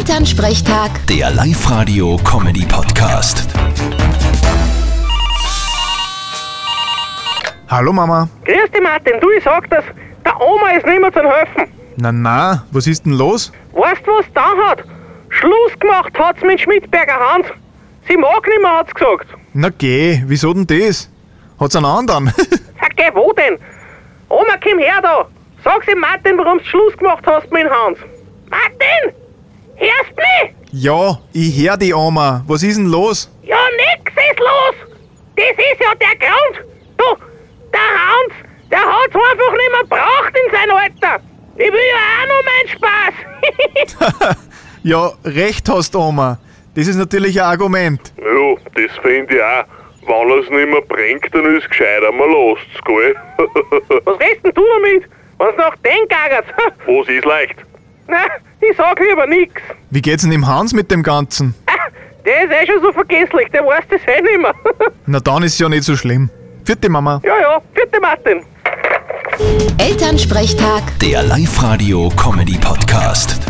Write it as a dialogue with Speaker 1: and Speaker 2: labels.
Speaker 1: Elternsprechtag,
Speaker 2: Der Live-Radio-Comedy-Podcast.
Speaker 3: Hallo Mama.
Speaker 4: Grüß dich, Martin. Du, ich sag das, der Oma ist nimmer zu helfen.
Speaker 3: Na na, was ist denn los?
Speaker 4: Weißt du, was da hat? Schluss gemacht hat's mit Schmidberger Hans. Sie mag nimmer, hat's gesagt.
Speaker 3: Na geh, wieso denn das? Hat's einen anderen?
Speaker 4: Sag, geh, wo denn? Oma, komm her da. Sag's ihm, Martin, warum's Schluss gemacht hast mit dem Hans. Martin! Hörst mich?
Speaker 3: ja, ich hör die Oma. Was ist denn los?
Speaker 4: Ja, nix ist los! Das ist ja der Grund! Du, der Hans, der hat's einfach nimmer braucht in sein Alter! Ich will ja auch noch meinen Spaß!
Speaker 3: Ja, recht hast Oma. Das ist natürlich ein Argument.
Speaker 5: Ja, das finde ich auch. Wenn er es nicht mehr bringt, dann ist es gescheiter, man lasst es, gell?
Speaker 4: Was redest denn du damit? Wenn's nach den gagert?
Speaker 5: Was ist leicht?
Speaker 4: Na, ich sag lieber nix.
Speaker 3: Wie geht's denn dem Hans mit dem Ganzen?
Speaker 4: Ah, Der ist eh schon so vergesslich, der weiß das eh nimmer.
Speaker 3: Na dann ist ja nicht so schlimm. Vierte Mama.
Speaker 4: ja, ja, vierte Martin.
Speaker 1: Elternsprechtag.
Speaker 2: Der Live-Radio-Comedy-Podcast.